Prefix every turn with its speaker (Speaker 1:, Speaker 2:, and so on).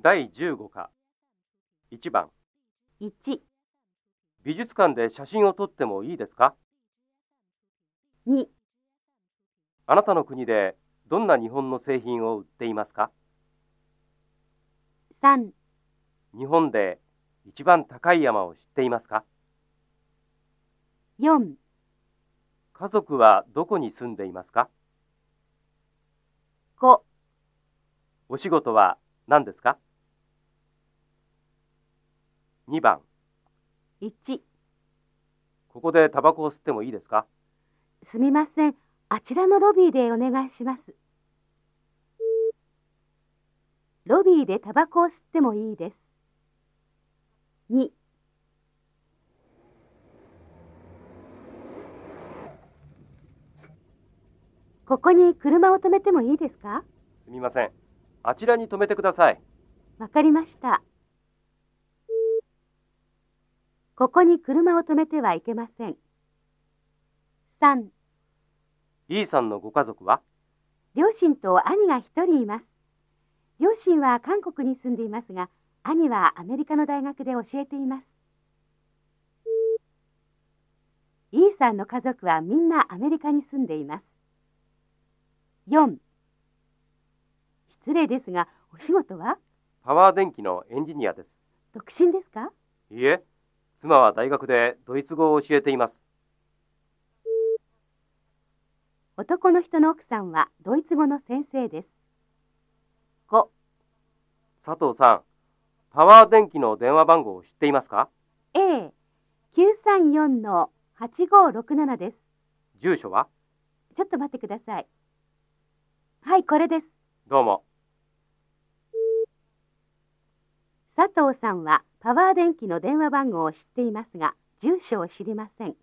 Speaker 1: 第15課1番
Speaker 2: 1、
Speaker 1: 美術館で写真を撮ってもいいですか
Speaker 2: 2、
Speaker 1: あなたの国でどんな日本の製品を売っていますか
Speaker 2: 3、
Speaker 1: 日本で一番高い山を知っていますか
Speaker 2: 4、
Speaker 1: 家族はどこに住んでいますか
Speaker 2: 5。
Speaker 1: お仕事は何ですか2番
Speaker 2: 1、
Speaker 1: ここでタバコを吸ってもいいですか
Speaker 2: すみません。あちらのロビーでお願いします。ロビーでタバコを吸ってもいいです。2、ここに車を止めてもいいですか
Speaker 1: すみませんあちらに止めてください
Speaker 2: わかりました。ここに車を止めてはいけません。3、
Speaker 1: E さんのご家族は
Speaker 2: 両親と兄が一人います。両親は韓国に住んでいますが、兄はアメリカの大学で教えています。イーさんの家族はみんなアメリカに住んでいます。4失礼ですが、お仕事は
Speaker 1: パワー電気のエンジニアです
Speaker 2: 独身ですか
Speaker 1: いいえ妻は大学でドイツ語を教えています
Speaker 2: 男の人の奥さんはドイツ語の先生です。5
Speaker 1: 佐藤さん、パワー電機の電話番号を知っていますか
Speaker 2: A 934の8567です。
Speaker 1: 住所は
Speaker 2: ちょっと待ってください。はい、これです。
Speaker 1: どうも。
Speaker 2: 佐藤さんはパワー電機の電話番号を知っていますが、住所を知りません。